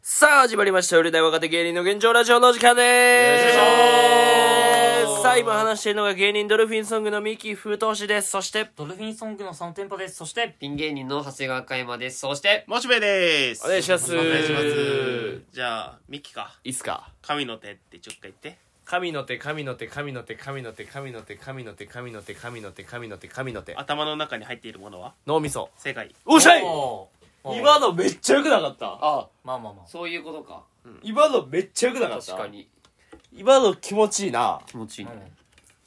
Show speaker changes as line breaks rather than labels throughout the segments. さあ、始まりました。売れない若手芸人の現状ラジオの時間で
よいし
す。
ょ
さあ、今話しているのが芸人ドルフィンソングのミキ風投資です。そして、
ドルフィンソングのそのテンポです。そして、
ピン芸人の長谷川嘉山です。そして、
モチベです。
お願いします
お願いします。じゃあ、ミキか。
いいっすか
神の手ってちょっと言って。
神の手、神の手、神の手、神の手、神の手、神の手、神の手、神の手、神の手、神の手、
頭の中に入っているものは
脳みそ。
正解。
おっしゃい
おー
今のめっちゃ良くなかった。
あ
まあまあまあ。
そういうことか。
今のめっちゃ良くなかった。
確か。 に。
今の気持ちいいな。
気持ちいいね。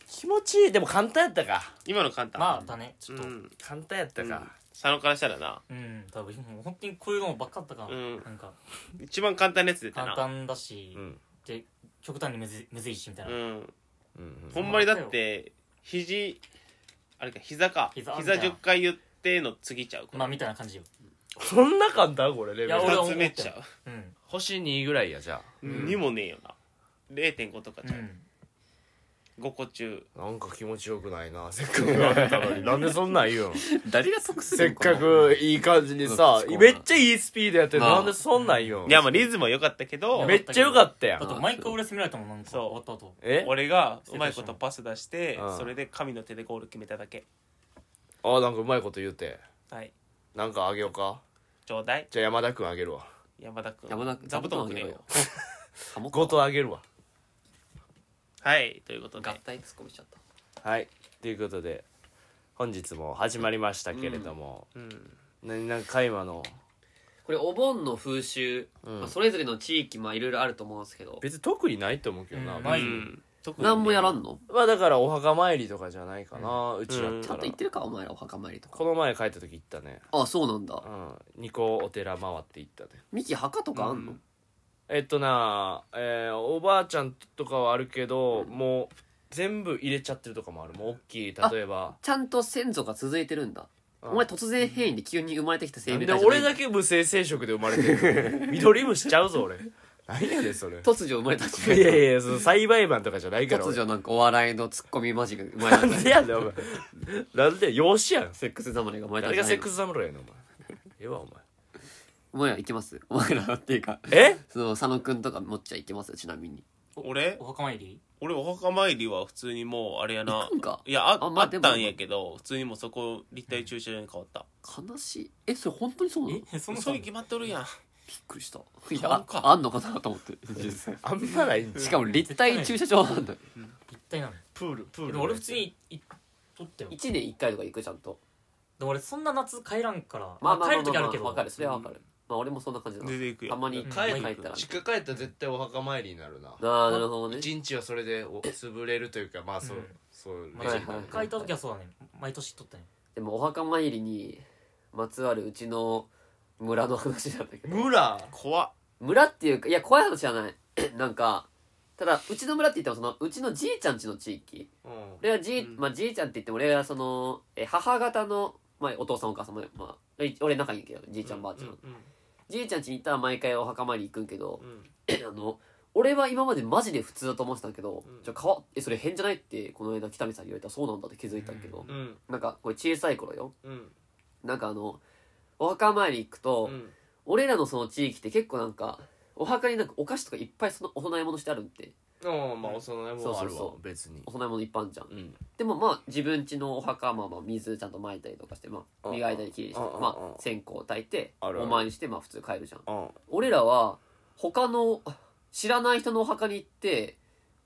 気持ちいい。でも簡単やったか。
今の簡単。
まあ、だね。ち
う
ょっと。
ん。
簡単やったか。
佐野からしたらな、
うん。多分、もう本当にこういうのばっかだったから。
うん
なんか、
一番簡単なやつ出た
簡
な。
単だし、
ん
で、極端にむずいむずいし、みたいうな。
ん。
うんうん
ほんまにだって、肘、あれか、膝か。膝
膝
10回言っての次ちゃう。これ
まあ、みたいな感じよ。
そんな簡単これ、レベ
いや俺
ル。
は
二つ目ちゃ
う
う。
ん。
星2ぐらいや、じゃあ。
うんにもねえよな。0.5とか
う
ちゃう。
ん。
5個中。
なんか気持ちよくない な、せっかく言われたのに。なんでそんなん言うん
誰が即す
せっかくいい感じにさ
突っ込ん、だ
めっちゃいいスピードやってる。
なあ
なんでそんなん言うん
いや、まあリズムは良かったけ
いや
ど
め、っちゃよかったや
だって、
ん。
毎回俺責められたもん、なんか。
そう
終わった後。
え
俺がうまいことパス出して
う、ん
それで神の手でゴール決めただけ。
あ、なんかうまいこと言うて。
はい。
なんかあげようか。
ちょうだい。
じゃあ山田くんあげるわ。
山田君
山田君
座布団くれよ。
かも
ごとあげるわ。
はいということで
合体突っ込みしちゃった。
はい。ということで、本日も始まりましたけれども、
うん
ななんか、カイマの、
これお盆の風習、まあ、それぞれの地域まあいろいろあると思うんですけど、
別に特にないと思うけどな。
うん
ま
な
う
い
ん特に
何もやらんの？
あだからお墓参りとかじゃないかな、うちらっ
うん
た
ちゃん
ら
と行ってるかお前らお墓参りとか
こ。の前帰った時行ったね。
あ、そうなんだ
う。ん。2個お寺回って行ったね。
ミキ墓とかあんの？
えっとな、えーおばあちゃんとかはあるけど、もう全部入れちゃってるとかもあるもう大きい例えば
ちゃんと先祖が続いてるんだ。
うん
お前突然変異で急に生まれてきた生
なん
命
で
体じゃない
俺だけ無性生殖で生まれてる 緑虫ちゃうぞ俺何やねんそれ
突如生まれ た
いやいやいやその栽培マンとかじゃないから
突
俺
如なんかお笑いのツッコミマジが生まれた
な。んでやねんお前なんで養子やん
セックス侍が生まれた
誰
じ
が
ゃな
セ
い
ッ
の
クス侍やねんお前ええわお
お前ら行きますお前らっていうか
前え
その佐野くんとかもっちゃん行きますちなみに
俺
お墓参り
俺お墓参りは普通にもうあれやな
行くんか
いやあ
あまあ
あったんやけど普通にもうそこ立体駐車場に変わった
悲しいえそれ本当にそうなのびっ
え、その
それ決まっとるやん
くりしたい
買お
や
うか
ああんのかなと思 って実際
あんまないん
し
ちゃう
かも立体駐車場なんだよ
一体なの
プールプー
でも俺普通にい、とったよ。で
1年1回とか行くちゃんと
も俺そんな夏帰らんから、
まあまあま
帰
あ
る時あるけど。
わかるそれはわかるまあ俺もそんな感じだな
全然行くよ
たまに
うん
帰
帰
る
ったら
実家帰ったら絶対お墓参りになるな
ああなるほどね
一日はそれでお潰れるというかまあそう、
うん
そう
まあ
はい
実
はいはい
家行った時はそうだね。毎年とったね。
でもお墓参りにまつわるうちの村の話なんだけど
村
怖っ
村っていうかいや怖い話じゃない なんかただうちの村って言ってもそのうちのじいちゃんちの地域
う
俺はじい,、
うん
まあ、じいちゃんって言っても俺はそのえ母方の、まあ、お父さんお母さんも、まあ、い俺仲いいけどじいちゃんばあちゃん、じいちゃん家に行ったら毎回お墓参り行くんけど、あの俺は今までマジで普通だと思ってたけど、
うん
じゃあ変わえそれ変じゃないってこの間北見さんに言われたらそうなんだって気づいたけど、
うんうん
なんかこれ小さい頃よ
うん
なんかあのお墓参り行くと、
うん
俺らのその地域って結構なんかお墓になんかお菓子とかいっぱいそのお供え物してあるって
うんまあお供え物はあるわ
そうそうそ
別に
お供え物いっぱいあるじゃん
うん
でもまあ自分家のお墓はまあまあ水ちゃんと撒いたりとかしてまあ
うん
磨いたりきれいにして
うん
ま
うん
あ線香焚いて
あるある
お参りしてまあ普通帰るじゃん
あ
俺らは他のあ知らない人のお墓に行って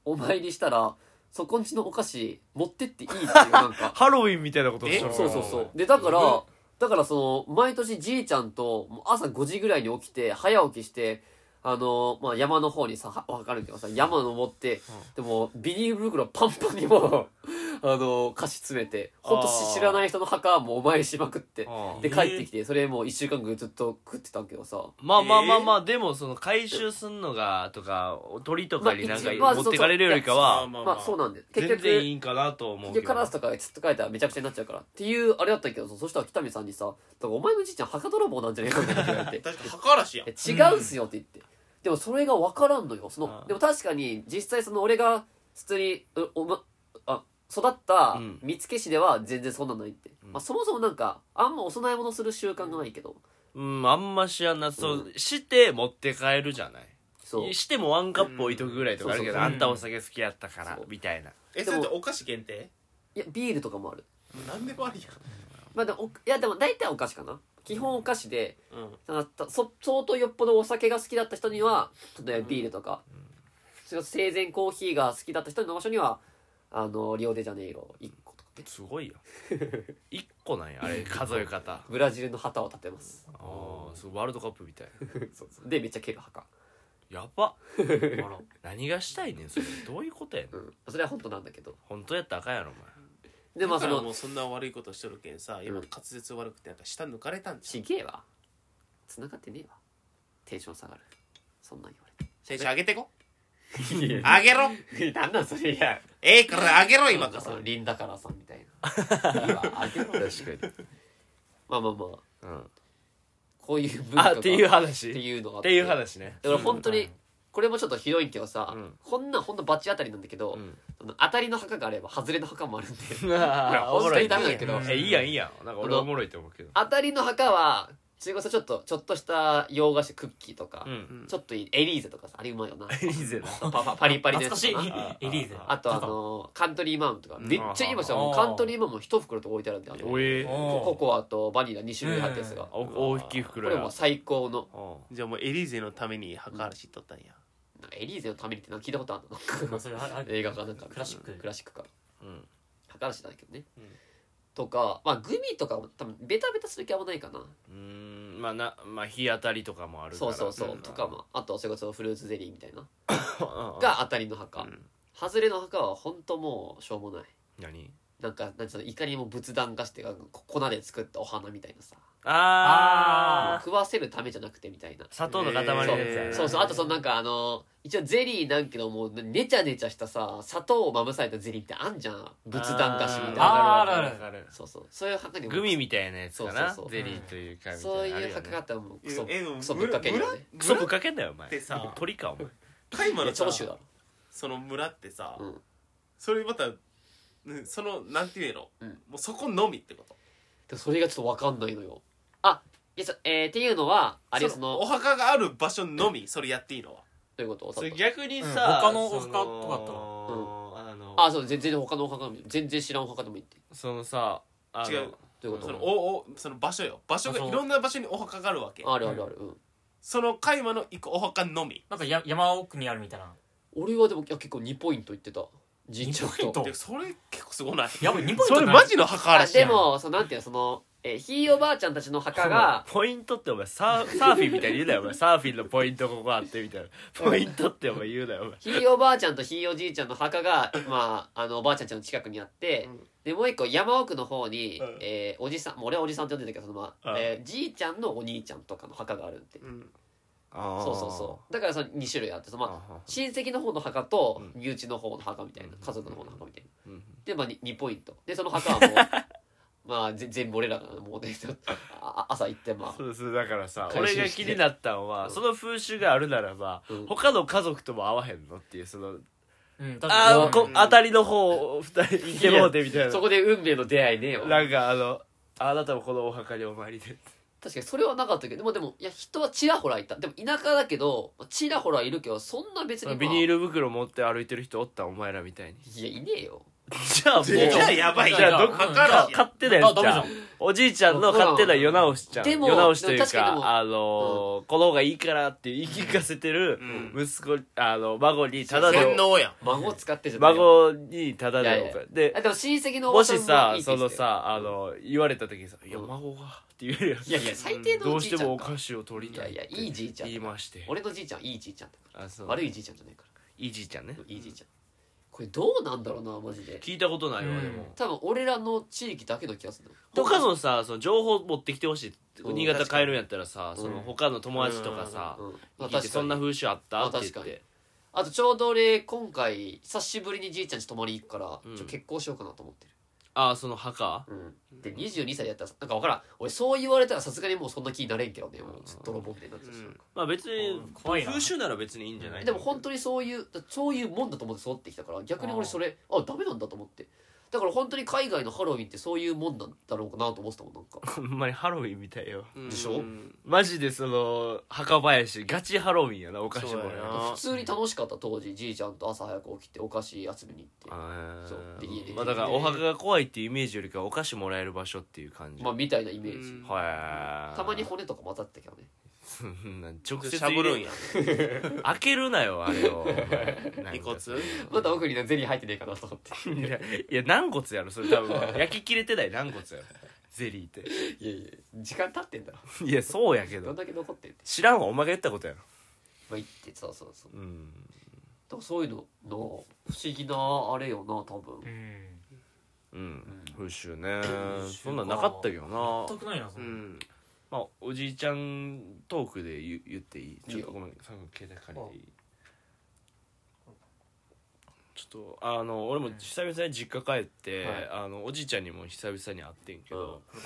お参りしたらそこんちのお菓子持ってっていいっていうなんか
ハロウィンみたいなこと
しとる
そうそうそうでだからだからその毎年じいちゃんともう朝5時ぐらいに起きて早起きしてあのまあ、山の方にさはわかるけどさ山登って、でもビニール袋パンパンにも うあの菓子詰めてほんと
あー
知らない人の墓はもうお参りしまくって
うん
で帰ってきてそれもう1週間ぐらいずっと食ってたんけどさ
まあまあまあまあ、でもその回収すんのがとか鳥とかになんか
まあ一番
持ってかれるよりかは
まあまあ
まあそうなんで結
全
局
然いいんかなと思う
結
け
局
ど
カラスとかがつっとかれたらめちゃくちゃになっちゃうからっていうあれだったけどそしたら北見さんにさ「だからお前のじいちゃん墓泥棒なんじゃねえか」って言われて
確かに墓嵐やん
「いや違うっすよ」って言って、でもそれが分からんのよそ
ああ
のでも確かに実際その俺が普通にうお、ま、あ育った
うん
見附市では全然そんなんないって、
うん
まあ、そもそもなんかあんまお供え物する習慣がないけど
うんあんま知らんなそうして持って帰るじゃない
そう
してもワンカップ置いとくぐらいとかあるけど、
うん
そう
あ
そうそうん
たお酒好きやったから
そう
みたいな
えそれってお菓子限定
いやビールとかもある
何でもありや
まあでもおいやでも大体お菓子かな基本お菓子で
うん
ただたそ相当よっぽどお酒が好きだった人には例えばビールとか、それこそ生前コーヒーが好きだった人の場所にはあのリオデジャネイロ1個とかね
すごいよ 一個なんやあれ数え方あ
ブラジルの旗を立てます
あーそうワールドカップみたい
でめっちゃ蹴る墓、
やば
あら
何がしたいねんそれどういうことやねん
うん、それは本当なんだけど
本当やったらあかんやろお前
でまあ
だ
そ
から
の
もうそんな悪いことしとるけんさ今
うん
滑舌悪くてなんか舌抜かれたんちゃ
ちげえわ繋がってねえわテンション下がるそんなん
うテンション上げてこ
言われて
上げろ
なんなんそれいや
ええから上げろ今
なん
か
か
さ
そのリンダカラさんみたいないやあげろよ
確かに
まあまあま
う
あ
ん
こういう文化が
あっていう
っ
話って
いうのがあ
ていう話ね
だから本当
う
に
ん
これもちょっとひどいけどさ、
うん
こんなんほんと罰当たりなんだけど、
うん
その当たりの墓があれば外れの墓もあるんで
あーおもろい
本当にダメだけど
うんえいいやんいいやんなんか俺おもろいと思うけど
当たりの墓は中国さちょっとちょっとした洋菓子クッキーとか、
うん
ちょっといいエリーゼとかさあれうまいよな
いいぜな
パパパリパリ
懐
のや
か
つ
しい
とかな
あー
エリーゼ
あとあのカントリーマアムとか
うん
めっちゃ今した
あ
もう
ー
カントリーマアム一袋とか置いてあるんであの
おえ
おー
ココアとバニラ2種類入ったやつが、
お大きい
こ
袋
れ
や
もう最高の
うん
じゃあもうエリーゼのために墓荒らしとったんや
なんかエリーゼのためにってなんか聞いたことあるの
まあそれはあ
映画かなんか
クラシック
クラシックか
うん
墓嵐なんだけどね、
うん
とかまあグミとかも多分ベタベタする気はあんまないかな
うーんまあなまあ日当たりとかもあるか
そう
ら
そうそう、
ん
とかもあとそれこそフルーツゼリーみたいな
うんうん
が当たりの墓、
うん
外れの墓は本当もうしょうもない
何
なんかなんつうのいかにも仏壇化してなんか粉で作ったお花みたいなさ
ああ
食わせるためじゃなくてみたいな
砂糖の塊のやつ
へ
や
ー
そうそうあとそのなんかあの一応ゼリーなんけどもうねちゃねちゃしたさ砂糖をまぶされたゼリーってあんじゃん仏壇菓子みたいな
あー
わかるわ
ある
かるわか
そうそうそういう墓に
る
も
グミみたいなやつかな
そうそうそう
ゼリーというかみたいな
そう
ある
い
よ
う
ね
墓があったらもうクソ
えでも
クソぶっかけるよね
クソぶっかけんなよお前
ってさ
鳥かお前
カイマ
いや
のさ
長州だろ
その村ってさ、
うん
それまたうんそのなんていうの、
うん
もうそこのみってこと
でもそれがちょっと分かんないのよあいやそえー、っていうのはあれその
お墓がある場所のみそれやっていいのは
どういうこと
それ
佐藤
逆に
さ
さ
他のお墓とかあった
あの
あそう全然他のお墓でも全然知らんお墓でもいいって
そのさあの
違う
どういうこ
その
と
おおその場所よ場所が
場所
いろんな場所にお墓があるわけ
あるあるあるうん
そのカイマの行くお墓のみ
なんかや山奥にあるみたいな
俺はでもいや結構2ポイント言ってた神社
2ポイント
と
でそれ結構すごない
やばい2ポイント
それマジの墓
あ
嵐
で
やん
もそうなんていうのその、えーひいおばあちゃんたちの墓 が
ポイントってお前サー サーフィンみたいに言うなよお前サーフィンのポイントここあってみたいなポイントってお前言うなよお前
ひいおばあちゃんとひいおじいちゃんの墓が、ま あ、あのおばあちゃんちの近くにあって、
うん
でもう一個山奥の方に、
うん
えーおじさんもう俺はおじさんって呼んでたけどその、まあ
うん
えーじいちゃんのお兄ちゃんとかの墓があるって、
うん
そうそうそうだからその2種類あってその、まあ
あ
親戚の方の墓と
うん
身内の方の墓みたいな、
うん
家族の方の墓みたいな
うん
で、まあ、2, ポイントでその墓はもう まあぜ全部俺らがもうねちょっとあ朝行ってまあ
そうそうだからさ
回収
俺
して
が気になったのは、
うん
その風習があるならば、
うん
他の家族とも会わへんのっていうその
うん確かに
あ
う
あ
ん
こ当たりの方二人行けもうてみたい
そ
な
こで運命の出会いねえよ
なんかあのあなたもこのお墓にお参りで
確かにそれはなかったけどでもでもいや人はちらほらいたでも田舎だけどちらほらいるけどそんな別に、まあ
ビニール袋持って歩いてる人おったんお前らみたいに
いやいねえよ
じゃあもう
じゃあやばい
じゃあど
うん
っから
うん
勝手なやつじ
だダメ
ゃ
じ
ん
ゃん
おじいちゃんの勝手な世直しちゃん
でも
世直しというか
でも確かにでも
あのーこの方がいいからって言い聞かせてる
うん
息子あの孫にただで
洗脳やん
孫使ってじゃない
孫
よ
にただ
いやい
で
や
で
あでも親戚のお
も
ばさん
し
も
さ
いいって
そ
言って
の
たよ
さあの言われた時にさ「いや
うん
孫が」って言えるやん
いやいや最低の
ど
お
う
じい
し
ち
て
ゃんか
もお菓子を取りたい
いやいやいいじいちゃんだ
言いまして
俺のじいちゃんいいじいちゃんだか
あそ
ら
う
悪いじいちゃんじゃないか
いいじいちゃんね
らいいじいちゃんこれどうなんだろうなマジで
聞いたことないわ
うん
でも
多分俺らの地域だけの気がする
他のさその情報持ってきてほしい
うん
新潟帰るんやったらさ
うん
その他の友達とかさ
うんまあ、
聞いて
確か
そんな
に
風習あった
あ
って言っ
確かに
て
あとちょうど俺今回久しぶりにじいちゃんち泊まり行くから、
うん
ちょっと結婚しようかなと思ってる
ああその墓
うん、で22歳でやったらなんか分からん俺そう言われたらさすがにもうそんな気になれんけどねもうちょっと泥棒みたいになっちゃうし、
うん
まあ別に
うん怖いな
風習なら別にいいんじゃない
でも本当にそういうそういうもんだと思って育ってきたから逆に俺それあダメなんだと思ってだから本当に海外のハロウィンってそういうもんなんだろうかなと思ってたもんなんか
ほんまにハロウィンみたいよ
うん
でしょ
マジでその墓林ガチハロウィンやなお菓子も
そうやな
普通に楽しかった当時じいちゃんと朝早く起きてお菓子集めに行っ
あー
そうで家で
まあだからお墓が怖いっていうイメージよりかはお菓子もらえる場所っていう感
て
じ、
まあみたいなイメー
う
ジ
ん
はい
たまに骨とか混ざってたけどね
そん なん直接
しゃぶるんや
開けるなよあれ をお前なんか
遺骨
まだ奥にねゼリー入ってねえかなと 思って
いやいや軟骨やろそれ 多分焼き切れてない軟骨やろゼリーって
いやいや時間経ってんだろ
いやそうやけ
どん
ど
だけ残ってんって
知らんわお前が言ったことやろ
まあ行ってそうそうそう
うん
だからそういうのの不思議なあれよな多分
ん
うん風習ね
風習か
そんなんなかったけどな
全くないなそ
うん
な、
ん
まあおじいちゃんトークで言言っていいちょっとごめん最後携帯借りていいちょっとあの俺も久々に実家帰って、
はい
あのおじいちゃんにも久々に会ってんけど、
うん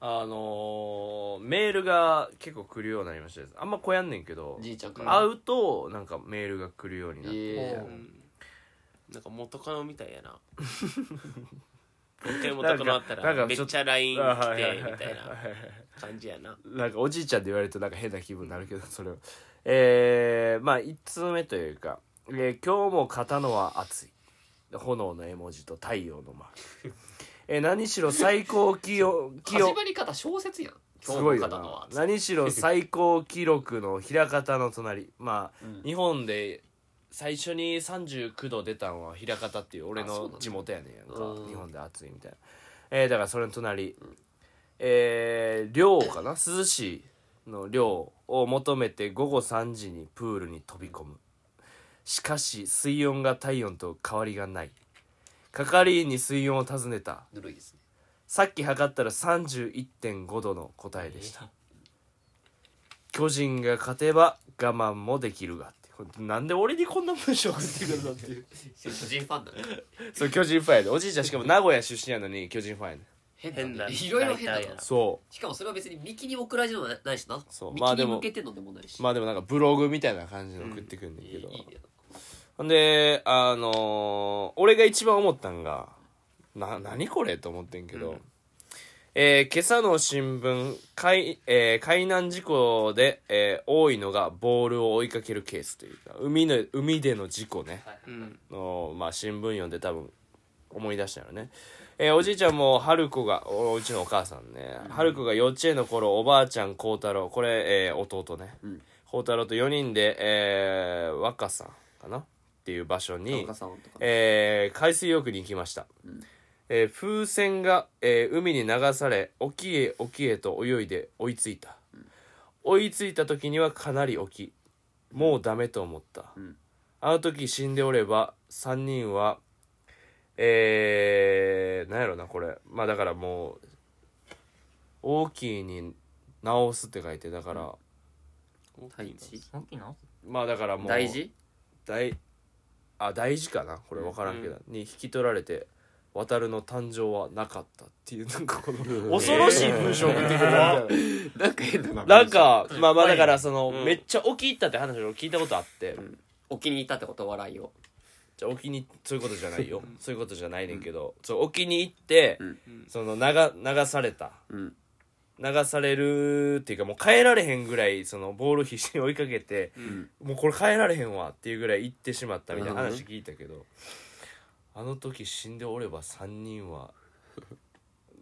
あのーメールが結構来るようになりましたあんま来やんねんけど
じいちゃんから
会うとなんかメールが来るようになって、
え
う
うん
なんか元カノみたいやなもう一回
な
元
ん
カ
か
ノあった
なん
ら
か
め
ちょっ
っ
と
ちゃ LINE
あ
来
はいはい
て
はい
みたいな感じやな
なんかおじいちゃんで言われるとなんか変な気分になるけどそれをえー、まあ1通目というか、えー今日も肩のは熱い」炎の絵文字と太陽のマーク、えー何しろ最高気温気温
始まり方小説やん
すごいよ
今日の方は
な何しろ最高記録の枚方の 隣まあ、
うん
日本で最初に39度出たんは枚方っていう俺
あそうな
の
んだ
地元やねんやん
う
か
ん
日本で暑いみたいな、えーだからそれの隣、えー涼かな涼しいの涼を求めて午後3時にプールに飛び込むしかし水温が体温と変わりがない係員に水温を尋ねた
ぬるいですね
さっき測ったら31.5度の答えでした、巨人が勝てば我慢もできるがってこれなんで俺にこんな文章送ってくるのっていう
巨人ファンだね
そう巨人ファンやでおじいちゃんしかも名古屋出身やのに巨人ファンやで
変だね
変だ
いろいろ変だ
大体や
な
そ
しかもそれは別にミキに送られるのはないしな
そう
ミ
ま
キ
あで
に
も
向けてのでもないし、
うまあでもなんかブログみたいな感じの送ってくるんだ
い
けど、
いいいね
ほんであのー俺が一番思ったんがな何これと思ってんけど、
うん
えー今朝の新聞海,、えー海難事故で、えー多いのがボールを追いかけるケースというか海の海での事故ね
うん
の、まあ、新聞読んで多分思い出したよね、えーおじいちゃんも春子がおうちのお母さんね、春子が幼稚園の頃おばあちゃん孝太郎これ、えー弟ね
うん
孝、太郎と4人で、えー若さんかなっていう場所
田
に
中さんとか
えー海水浴に行きました、えー風船が、えー海に流され沖へ沖へと泳いで追いついた、追いついた時にはかなり沖もうダメと思った、
ん
あの時死んでおれば3人はえー、なんやろなこれまあだからもう大きいに直すって書いてだから、
太一
大きいな
まあだからもう
大事
大あ大事かなこれ分からんけど、に引き取られて渡るの誕生はなかったっていうなんかこの恐ろしい文章送ってくるな
なんか変だな
なんかまあまあだからその、
うん
めっちゃ沖行ったって話を聞いたことあって、
沖にいたってこと笑いを
じゃあ沖にそういうことじゃないよそういうことじゃないねんけど、そう沖に行って、
うん
その流流された
うん
流されるっていうかもう帰られへんぐらいそのボール必死に追いかけて、
ん
もうこれ帰られへんわっていうぐらい行ってしまったみたいな
なるほ
話聞いたけど、あの時死んでおれば3人は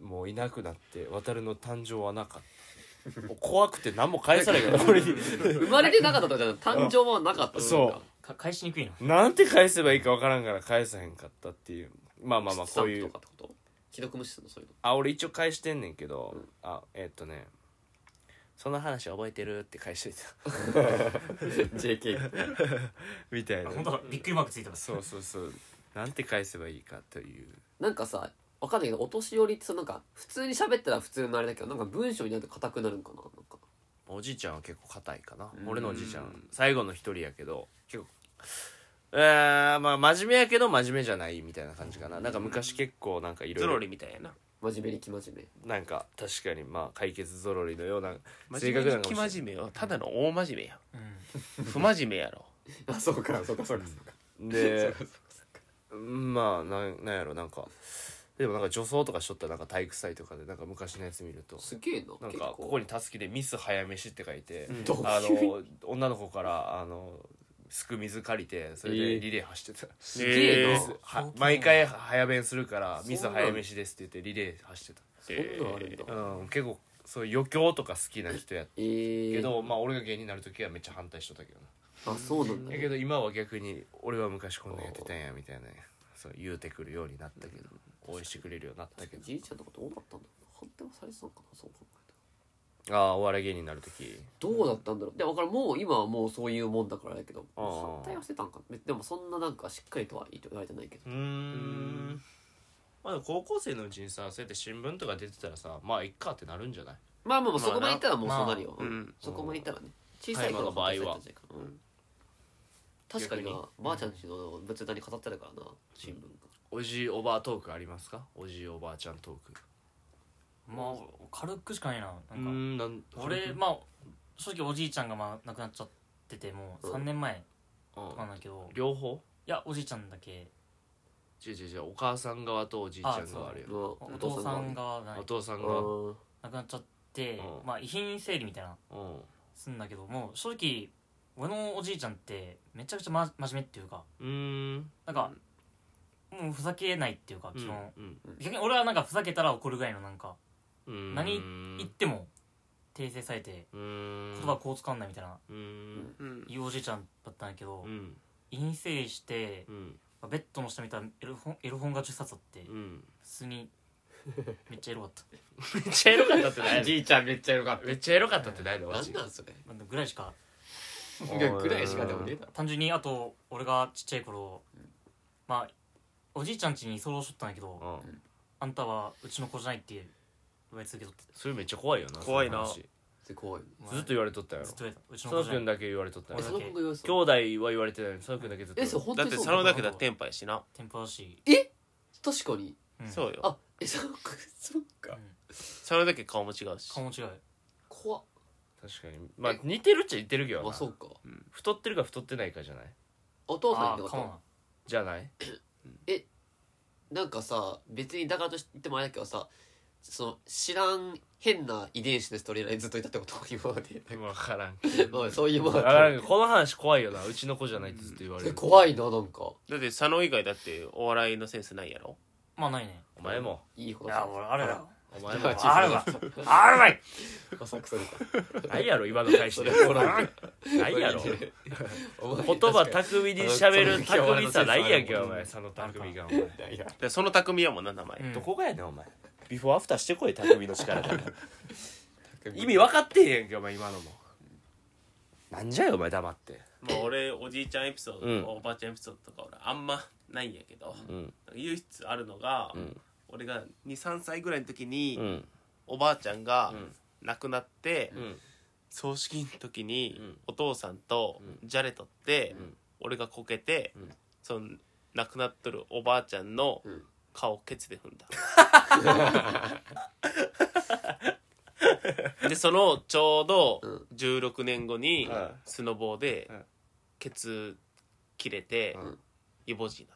もういなくなって渡るの誕生はなかったもう怖くて何も返さないからこれに
生まれてなかったとかじゃない誕生はなかった
そ
か返しにくいな
なんて返せばいいか分からんから返さへんかったっていうまあまあまあこうい
と
う
かってこと既読無視するのそういうの
あ俺一応返してんねんけど、あえっとねその話覚えてるって返しといた
JK
みたいな
本当だびっくりマークついてます
そうそうそうなんて返せばいいかという
なんかさわかんないけどお年寄りってさなんか普通に喋ったら普通のあれだけどなんか文章になると硬くなるんかななんか
おじいちゃんは結構硬いかな
うん
俺のおじいちゃん最後の一人やけど結構えー、まあ真面目やけど真面目じゃないみたいな感じかななんか昔結構なんかい
ゾロ
ろい
リ
ろ
みたいやな
真面目に生 真面
なんか確かにまあ解決ぞろりのような
真
性
面
格
目
な
に
のかもし
生
れない
真面目よただの大真面目や
うん
不真面目やろ
目あそう かそうかそうかそうか
でまあなんなんやろなんかでもなんか女装とかしとったらなんか体育祭とかでなんか昔のやつ見ると
すげえな
なん
結
か
構
ここにたすきで「ミス早飯」って書いて、
どういう
あの女の子からあのすく水借りてそれ
えー
でリレー走ってた、
すげえな
え
ミ
ー
スは
そう
毎回早弁するから「
そう
ミス早飯です」って言ってリレー走って
そんなんあるんだ
た、うん、結構そういう余興とか好きな人やった
え
け
ー
ど、まあ俺が芸人になる時はめっちゃ反対しとったけどな
あそうなんだ
やけど今は逆に俺は昔こんなんやってたんやみたいなそう言うてくるようになったけど応援してくれるようになったけど
じいちゃんとかどうだったんだろう反対はされてたのかなそう考え
ああお笑い芸人になる時
たらどうだったんだろうで分からんもう今はもうそういうもんだからだけど
あー
反対はしてたんかなでもそんななんかしっかりとは言われてないけど
うーんまあでも高校生のうちにさそうやって新聞とか出てたらさまあいっかってなるんじゃない
まあまあまあ
まあ
そこまでいったらもう
な
そうなるよ、
まあ
うん
うん
そこまでいったらね小さい頃
葉山の場合は
反対されてたんじゃないかなうん確かにな
逆
ばあちゃんちの仏壇に飾ってたからな新聞が
おじいおばあトークありますかおじいおばあちゃんトーク
まあ軽くしかないな
う
なんか
んなん
俺まあ正直おじいちゃんがまあ亡くなっちゃっててもう3年前
うん
とかなんだけど
両方
いやおじいちゃんだけ
違う違う違うお母さん側とおじいちゃん側あるよ
まあ
お父さんが
お父さん
が
側
うん
亡くなっちゃって
うん
まあ遺品整理みたいなの
うん
すんだけどもう正直俺のおじいちゃんってめちゃくちゃ、ま、真面目っていうか
うーん
なんか、もうふざけないっていうか
う
基本、
んうん
逆に俺はなんかふざけたら怒るぐらいのなんか
うーん
何言
う
っても訂正されて
ーん
言葉こう使わないみたいな
うーん
うん
いいおじいちゃんだったんだけど
うん
陰性して
うん
まあベッドの下見たらエロ本エロ本が10冊あって普
うん
通にめっちゃエロかった
めっちゃエロかったってない
じいちゃんめっちゃよかっ
めっちゃエロかったってないの
た
マ
なん
ジ
なんそれ
まあぐらいしか
ぐらいしかでもねえだろ
単純にあと俺がちっちゃい頃まあおじいちゃん家に居候しとったんだけど
うん
あんたはうちの子じゃないって言われ続けとって
それめっちゃ怖いよな
怖いな
その
って怖いよね
話ずっと言われとったやろ
ずっと言われたうちの
佐野
子じゃ
君
ない
だけ言われとったや
え
ろ
その子が言わせた
兄弟は言われてないのに佐野君だけずっと
えそれ
言わ
本
だ
当
っ
に
て
そう
佐
な
野
の
だけだテンパやしな
テンパだし
確かに
うん
そうよ
あえそっかそっ
う
か
ん
佐野だけ顔も違うし
顔も違う
怖っ
れ確かにまあ似てるっちゃ似てるけど
まあ
な
そうか
太ってるか太ってないかじゃない
お父さん
あ
いな
あ
か
か
っ
も
た
な
じゃない
なんかさ別にだからと言ってもあれだけどさその知らん変な遺伝子の人俺らにずっといたってこと今まで
分からん
まあそういうもん
分
だ
から
と
んけどこの話怖いよなうちの子じゃないってずっと言われ
え
る
怖いななんか
だって佐野以外だってお笑いのセンスないやろ
まあないね
お前も
いい方
いや俺あれだ
お前
い
も
や
あるわあるわい
浅草で
ないやろ今の返し でないや ろ言葉巧みに喋る巧みさないやんけお前佐野匠がお前
いや
でその匠やもんな名前、
うん
どこがやねんお前ビフォーアフターしてこい匠の力で 意味分かってへんやんけお前今のもなんじゃよお前黙って
まあ俺おじいちゃんエピソード、
うん
おばあちゃんエピソードとか俺あんまないんやけど、
うん
唯一あるのが、
うん
俺が23歳ぐらいの時に、
うん
おばあちゃんが
うん
亡くなって、
うん
葬式の時に、
うん
お父さんと
う
じゃれとって、
うん
俺がこけて、
うん
その亡くなっとるおばあちゃんの
うん
顔ケツで踏んだでそのちょうど
うん
16年後に
うん
スノボーで
うん
ケツ切れて
うん
イボジに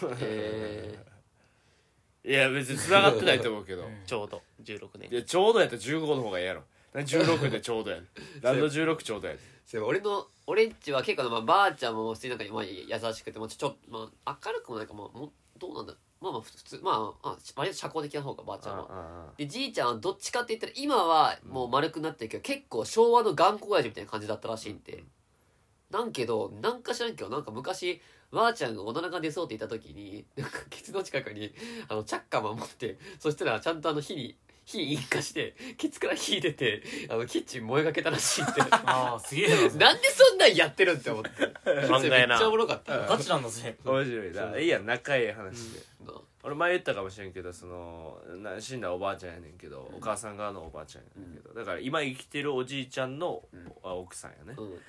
なっ
え
いや別に繋がってないと思うけど
たちょうど16年
いやちょうどやったら15の方がええやろなんで16でちょうど やねん何の16ちょうどやねん
ー、俺の俺んちは結構まあばあちゃんも普通になんか、まあ、優しくて、まあ、ちょっと、まあ、明るくもないかまあもうどうなんだろうまあまあ普通まああ割と社交的な方かばあちゃんはでじいちゃんはどっちかって言ったら今はもう丸くなってるけど、結構昭和の頑固親父みたいな感じだったらしいんで、なんけどなんか知らんけどなんか昔ばあちゃんがおならが出そうって言った時になんかケツの近くにあのチャッカマン持ってそしたらちゃんとあの火に火引火してケツから火出てあのキッチン燃えかけたらしいって
ああすげえなそれ
なんでそんなんやってるんって思って
考
め
え
っ
な
ちゃおもろかった
ガチなんだぜ
面白いないいやん仲いい話で
な
俺前言ったかもしれんけどそのな死んだおばあちゃんやねんけどお母さん側のおばあちゃんやねんけどだから今生きてるおじいちゃんの
うん
あ奥さんやね
うん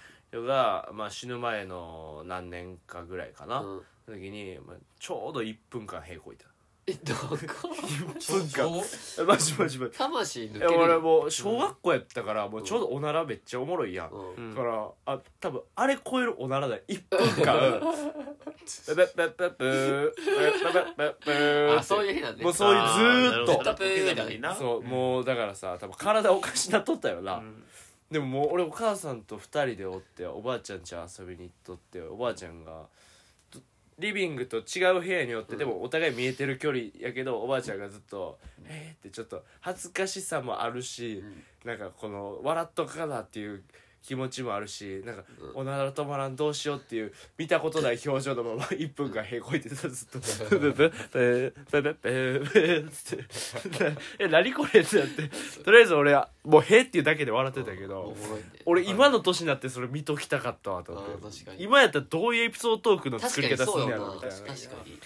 が、まあ、死ぬ前の何年かぐらいかな、
うん
その時に、まあ、ちょうど1分間屁こいた
えどこ
文化
小
マジマジマジ
魂抜け
え
る
俺
よ
もう小学校やったからもうちょうどおならめっちゃおもろいやん、
うん
うん
だからあ多分あれ超えるおならだよ1分間 ペペペペペーペペペペペー
あそういう日なんで
もうそういうずーっと
あなるほど溶けたのにな
そうもうだからさ多分体おかしなっとったよな、
うん
でももう俺お母さんと2人でおっておばあちゃんち遊びに行っとっておばあちゃんがずリビングと違う部屋におって、でもお互い見えてる距離やけどおばあちゃんがずっと「えー」ってちょっと恥ずかしさもあるし、なんかこの笑っとかなっていう気持ちもあるしなんか、おなら止まらんどうしようっていう見たことない表情のまま1分間へこいてたずっと「ブブブブブブブブ」って「え何これ?」ってなってとりあえず俺はもう「へ」っていうだけで笑ってたけ
お
ど
もろいね
俺今の年になってそれ見ときたかったわと思
あー
って
確かに
今やったらどういうエピソードトークの作
確
り
かに
方す
そ
ん
う
ね
や
や
な
ろみたいな
確かに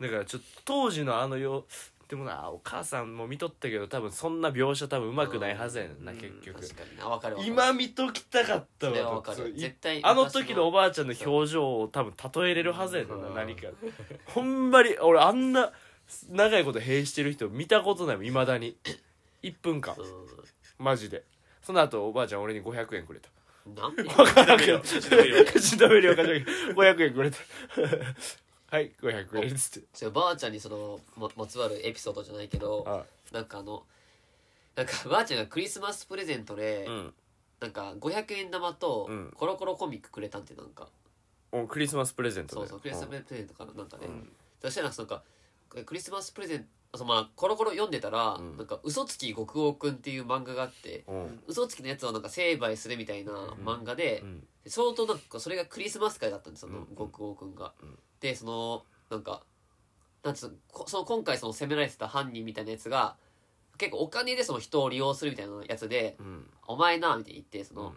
だからちょっと当時のあのよでもなお母さんも見とったけど多分そんな描写多分うまくないはずやねんな結局
確かにな分かる分かる
今見ときたかった
それは
わ
分かる絶対
あの時のおばあちゃんの表情を多分例えれるはずやねんな何かほんまに俺あんな長いこと閉してる人見たことないもんいまだに1分間
う
マジでその後おばあちゃん俺に500円くれた
んなんで
分からんけど
口止め料
口止め料かけ500円くれたはい500円っつって
そればあちゃんにそのままつわるエピソードじゃないけど
あ
なんかあのなんかばあちゃんがクリスマスプレゼントで、
うん
なんか500円玉と
うん
コロコロコミックくれたんってなんか、
うんクリスマスプレゼント
そ
で
うそうクリスマスプ
うん
レゼントからなんかね、
ん
そしたらなんかクリスマスプレゼントあそうまあコロコロ読んでたら、
うん
なんか嘘つき極王くんっていう漫画があって
うん
嘘つきのやつをなんか成敗するみたいな漫画で、
うん
相当なんかそれがクリスマス会だったんですその
うん
極王くんが、
うん
でそのなんかなんつうのこその今回その責められてた犯人みたいなやつが結構お金でその人を利用するみたいなやつで
うん
「お前な」みたいに言ってその、
うん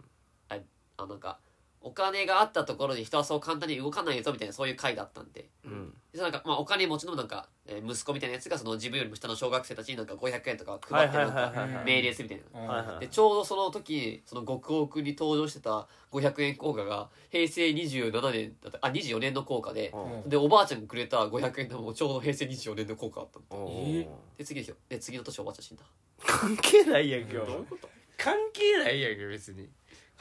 ああなんかお金があったところに人はそう簡単に動かないぞみたいなそういう会だったんで
うん
でなんか、まあ、お金持ちのなんか、えー息子みたいなやつがその自分よりも下の小学生たちになんか500円とか
は
配
い
って
はい
な
はい
ん
は
か
いはい
命令するみたいな。
うん
はいはい
でちょうどその時その極王君に登場してた500円硬貨が平成27年だったあ24年の硬貨で
うん
うん
でおばあちゃんがくれた500円玉もちょうど平成24年の硬貨だったの
え
で次の日で次の年おばあちゃん死んだ
関係ないやん今日
どういうこと
関係ないやんけ別に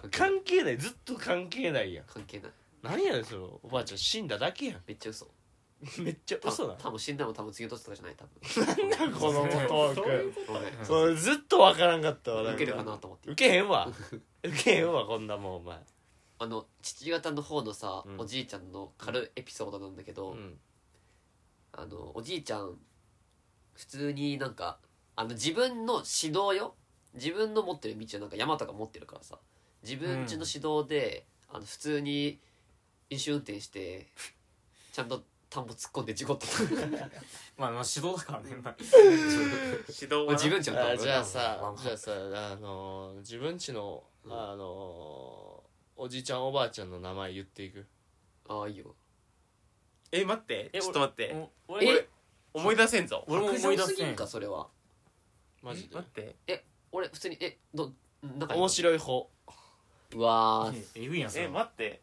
関係ない
関係ないずっと関係ないやん
関係ない
何やねんそのおばあちゃん死んだだけや
めっちゃ嘘
んめっちゃ
た
嘘な
多分死んだの多分次の年とかじゃない多
なんだこのトー
どういう
ク
こと
分ごめん
それずっとわからんかったわなん
受けるかなと思って
受けへんわ 受けへんわこんなもんお前
あの父方の方のさ、
うん
おじいちゃんの軽いエピソードなんだけど、
うん
あのおじいちゃん普通になんかあの自分の指導よ自分の持ってる道をなんか山とか持ってるからさ自分ちの指導で、あの普通に飲酒運転してちゃんと田んぼ突っ込んで事故った
まあまあ指導だからねまあ
指導は
自分ちの田
あ
んぼ
じゃあさ
うん
じゃあさあのー自分ちのあのーおじいちゃんおばあちゃんの名前言っていく
ああいいよ
え待って
え
ちょっと待って
お
え
俺
思い出せんぞ
俺も思い出
白状す
せ
ぎ
ん
んかそれは
マジで
え待って
俺普通にえどなんか
面白い方
うわー
えぐいやんそれ
え待って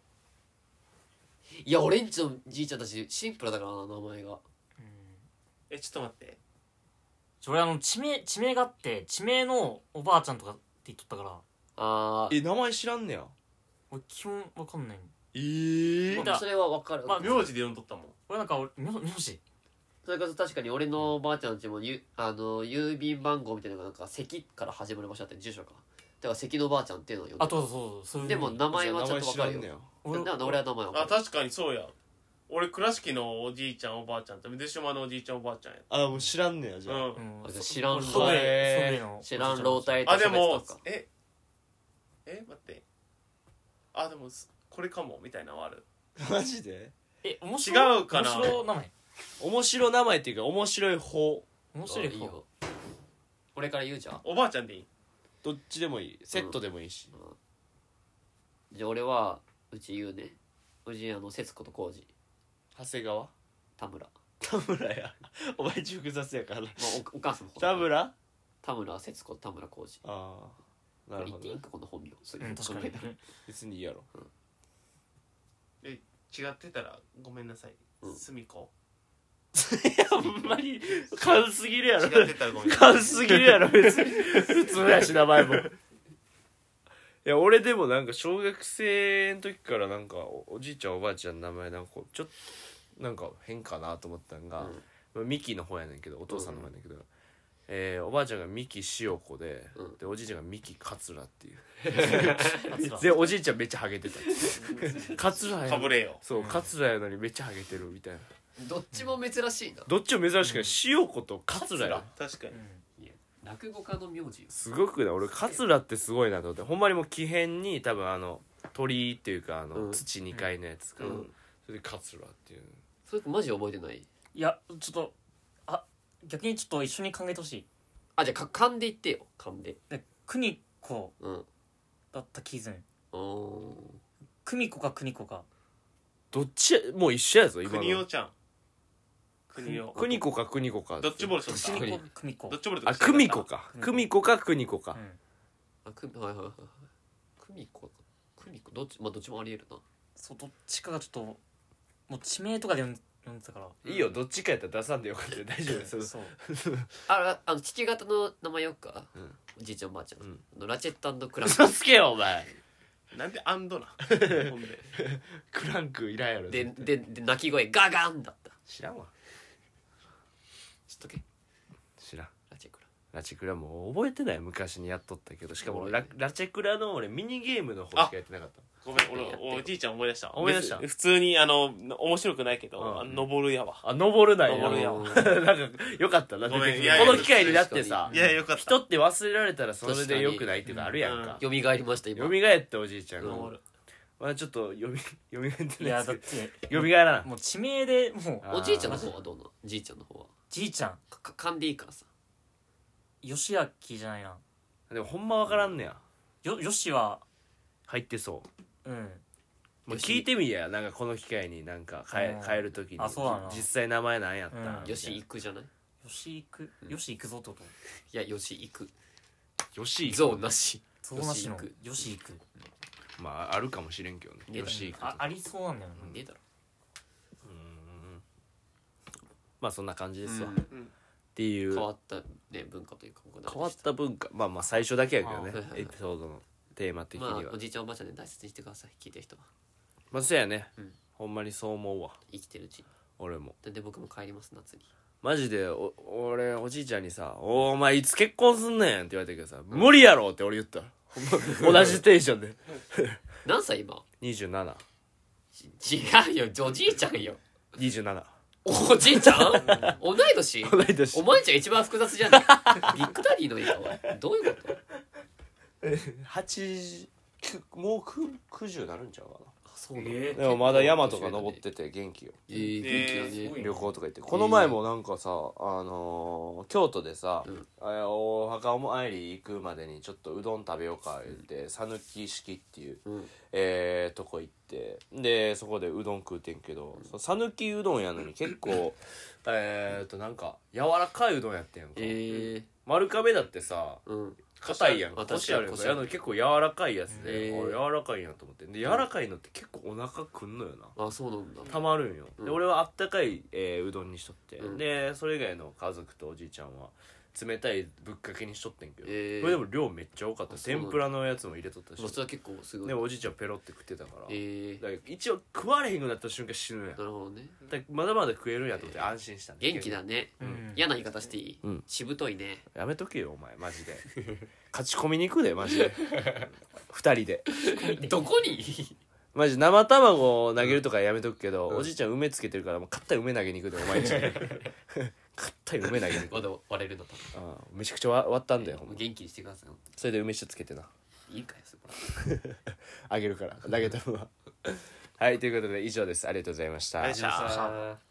いや俺んちのじいちゃんたちシンプルだからな名前が
えちょっと待って
ちょ俺あの地名地名があって地名のおばあちゃんとかって言っとったから
あ
え名前知らんねや
俺基本わかんない
え
見
ー
た
あそれは分かる、
まあ
名字で呼んどったもん
俺なんか俺名名字
それこそ確かに俺のおばあちゃんちもゆあの郵便番号みたいなのがなんか関から始まる場所だったり住所かだから関のおばあちゃんっていうのを呼んで
あそうそうそうそういう
でも名前はちゃんと分
名前知
か
らん
る
ねや
よだから俺は名前は
あ
分かる
確かにそうや俺倉敷のおじいちゃんおばあちゃんと水島のおじいちゃんおばあちゃんや
あもう知らんねやじゃあ
うん
うん
あじゃあ知らん
俺
わ
祖母
へー
祖母の
知らん老体と
あで
差別と
も
か
ええ待ってあでもすこれかもみたいなのはある
マジで
え面白い
違うかな
面白い名前
面白名前っていうか面白い方
面白い
あいい
方
よ俺から言うじゃん
おばあちゃんでいい
どっちでもいいセットでもいいし、
じゃあ俺はうち言うねうちあの節子と浩二
長谷川
田村、まあ、
田村や お前中複雑やから
おお母さんの方
田村あ
田村節子田村浩二
あーなる
言
ほ
ってい
ど
いん
ね
かこの本名 そう
うん確かに
別にいい やろ
え違ってたらごめんなさい
うん
すみこ
あんまり軽すぎるやろ
違ってたらごめん
軽すぎるやろ別 に普通やし名前もいや俺でもなんか小学生の時からなんかおおじいちゃんおばあちゃんの名前なんかこうちょっとなんか変かなと思ったんが、まあミキの方やねんけどお父さんの方やねんけど、えーおばあちゃんがミキ塩子で,、
うん
でおじいちゃんがミキカツラっていう
初だ
でおじいちゃんめっちゃハゲてたカツラや
かぶれよ
そうカツラやのにめっちゃハゲてるみたいな
どっちも珍しいな
どっちも珍しくない塩子とカツラや
確かに
落語家の名字
すごくない俺カツラってすごいなと思ってほんまにもう木片に多分あの鳥っていうかあの、
うん
土2階のやつか、
うん
それでカツラっていう
それってマジ覚えてない
いやちょっとあ逆にちょっと一緒に考えてほしい
あじゃあか勘で言ってよ勘で
で邦子
うん
だった気分
お
久美子か邦子か
どっちもう一緒やぞ今
国
の
尾ちゃん国
邦
尾
子か邦子か
ドッジボールしとった
邦子
邦
久美子
どっちも
あ久美子か久美子か邦子か、
うん
あくはいはいはいはい久美子久美子どっちまあどっちもありえるな
そうどっちかがちょっともう地名とかで呼ん呼んでたから
いいよどっちかやったら出さんでよかったよ大丈夫です
そう
ああの父方の名前よっか、
うん
おじいちゃんおばあちゃん、
うん
あのラチェットクラン
嘘つけよお前
なんでアンドなほんで
クランクいらんやろ
ででで鳴き声ガガンだった
知らんわ
知っとけ
知らん
ラチェクラ
ラチェクラもう覚えてない昔にやっとったけどしかも俺ラ
覚
ラチェクラの俺ミニゲームの方しかやってなかった
ごめん俺おじいちゃん思い出した
思い出した
別に普通にあの面白くないけ
う
ど
ん
あの登るやわ
あ登るな
登るや
よ
わ
なんかよかったな
ごめ
出てき
んい
て
やい
こ
や
の機会になってさ
確
いやよかった
人って忘れられたらそれでよくないっていうのあるやんか
よみがえりました今
よみがえっておじいちゃんが
登る
まあちょっとよみ よみがえってない
いや
です
だっ
け
て
どよみがえらん
もう地名でもう
あー
おじいちゃんの方はどうなのじいちゃんの方は
じいちゃん
かか勘でいいからさ
吉明じゃないな
でもほんまわからんねや
よよしは
入ってそう
うん
もう聞いてみやなんかこの機会になんか変え
うん
変える時に
あそうだな
実際名前なんやったみたいな
うん
よし行くじゃない
よし行くよし行くぞってこと
いやよし行く
よし
ゾウなし
ゾウなしの
よし行
よし行く
まああるかもしれんけどね
ね
よし
あありそうなんだよ
なんで
ね
だろ
まあそんな感じですわ、
うん
っ
ん
ていう
う変
変
わ
わ
ったね文化というかここなんでし
った文化まあまあ最初だけやけどね
あはいはいはい
エピソードのテーマ的には
まあ
まあ
お、じいちゃんおばあちゃんで大切にしてください聞いてる人は
そうやね、
うん
ほんまにそう思うわ
生きてるうちに
俺も
なんで僕も帰ります夏に
マジでお俺おじいちゃんにさ「おお前いつ結婚すんねん」って言われたけどさ「無理やろ!」って俺言ったほんま同じテンションで
何歳今
2727
ち違うよおじいちゃんよおじいちゃん同い年
同い年
お前ちゃん一番複雑じゃないビッグダディの言い方どういうこと
8もう9 90なるんちゃうか
あそうなんだ
えー
なでもまだ山とか登ってて元気よ
えー元気だね
旅行とか行ってこの前もなんかさ、あのー京都でさ、
うん
あお墓参り行くまでにちょっとうどん食べようか言って讃岐、式っていう、
うん
えーとこ行ってでそこでうどん食うてんけどその讃岐うどんやのに結構えーとなんか柔らかいうどんやってんやんか、
え
丸亀だってさ
ーうん
硬いやん
あ確かに
腰あるやん
腰
か
ある
やのに結構柔らかいやつで、
へー
あ柔らかいなと思ってで柔らかいのって結構お腹くんのよな
あそうなんだ
たまるんよ、
うん
で俺はあったかい、えーうどんにしとって、
うん
でそれ以外の家族とおじいちゃんは冷たいぶっかけにしとってんけど、
えー
これでも量めっちゃ多かった
あそうなんだ
天ぷらのやつも入れとったし
まあそれは結構すごい
でもおじいちゃんペロって食ってたから,、
えー
だから一応食われへんくなった瞬間死ぬんや
なるほどね
だからまだまだ食えるんやと思って安心したね
元気だね
うん
嫌な言い方していい
うん
しぶといね
やめとけよお前マジ で勝ち込みに行くでマジで二人で
どこに
マジ生卵を投げるとかやめとくけど、
うん
おじいちゃん梅つけてるからもう硬い梅投げに行くでお 前んち硬い梅投げに行く
まだ割れるのか
ああめちゃくちゃわ割ったんだよ、ほんま
元気にしてください本
それで梅酒つけてな
当にいいかよそこら
あげるから投げた分ははいということで以上ですありがとうございました
ありがとうございました
さあ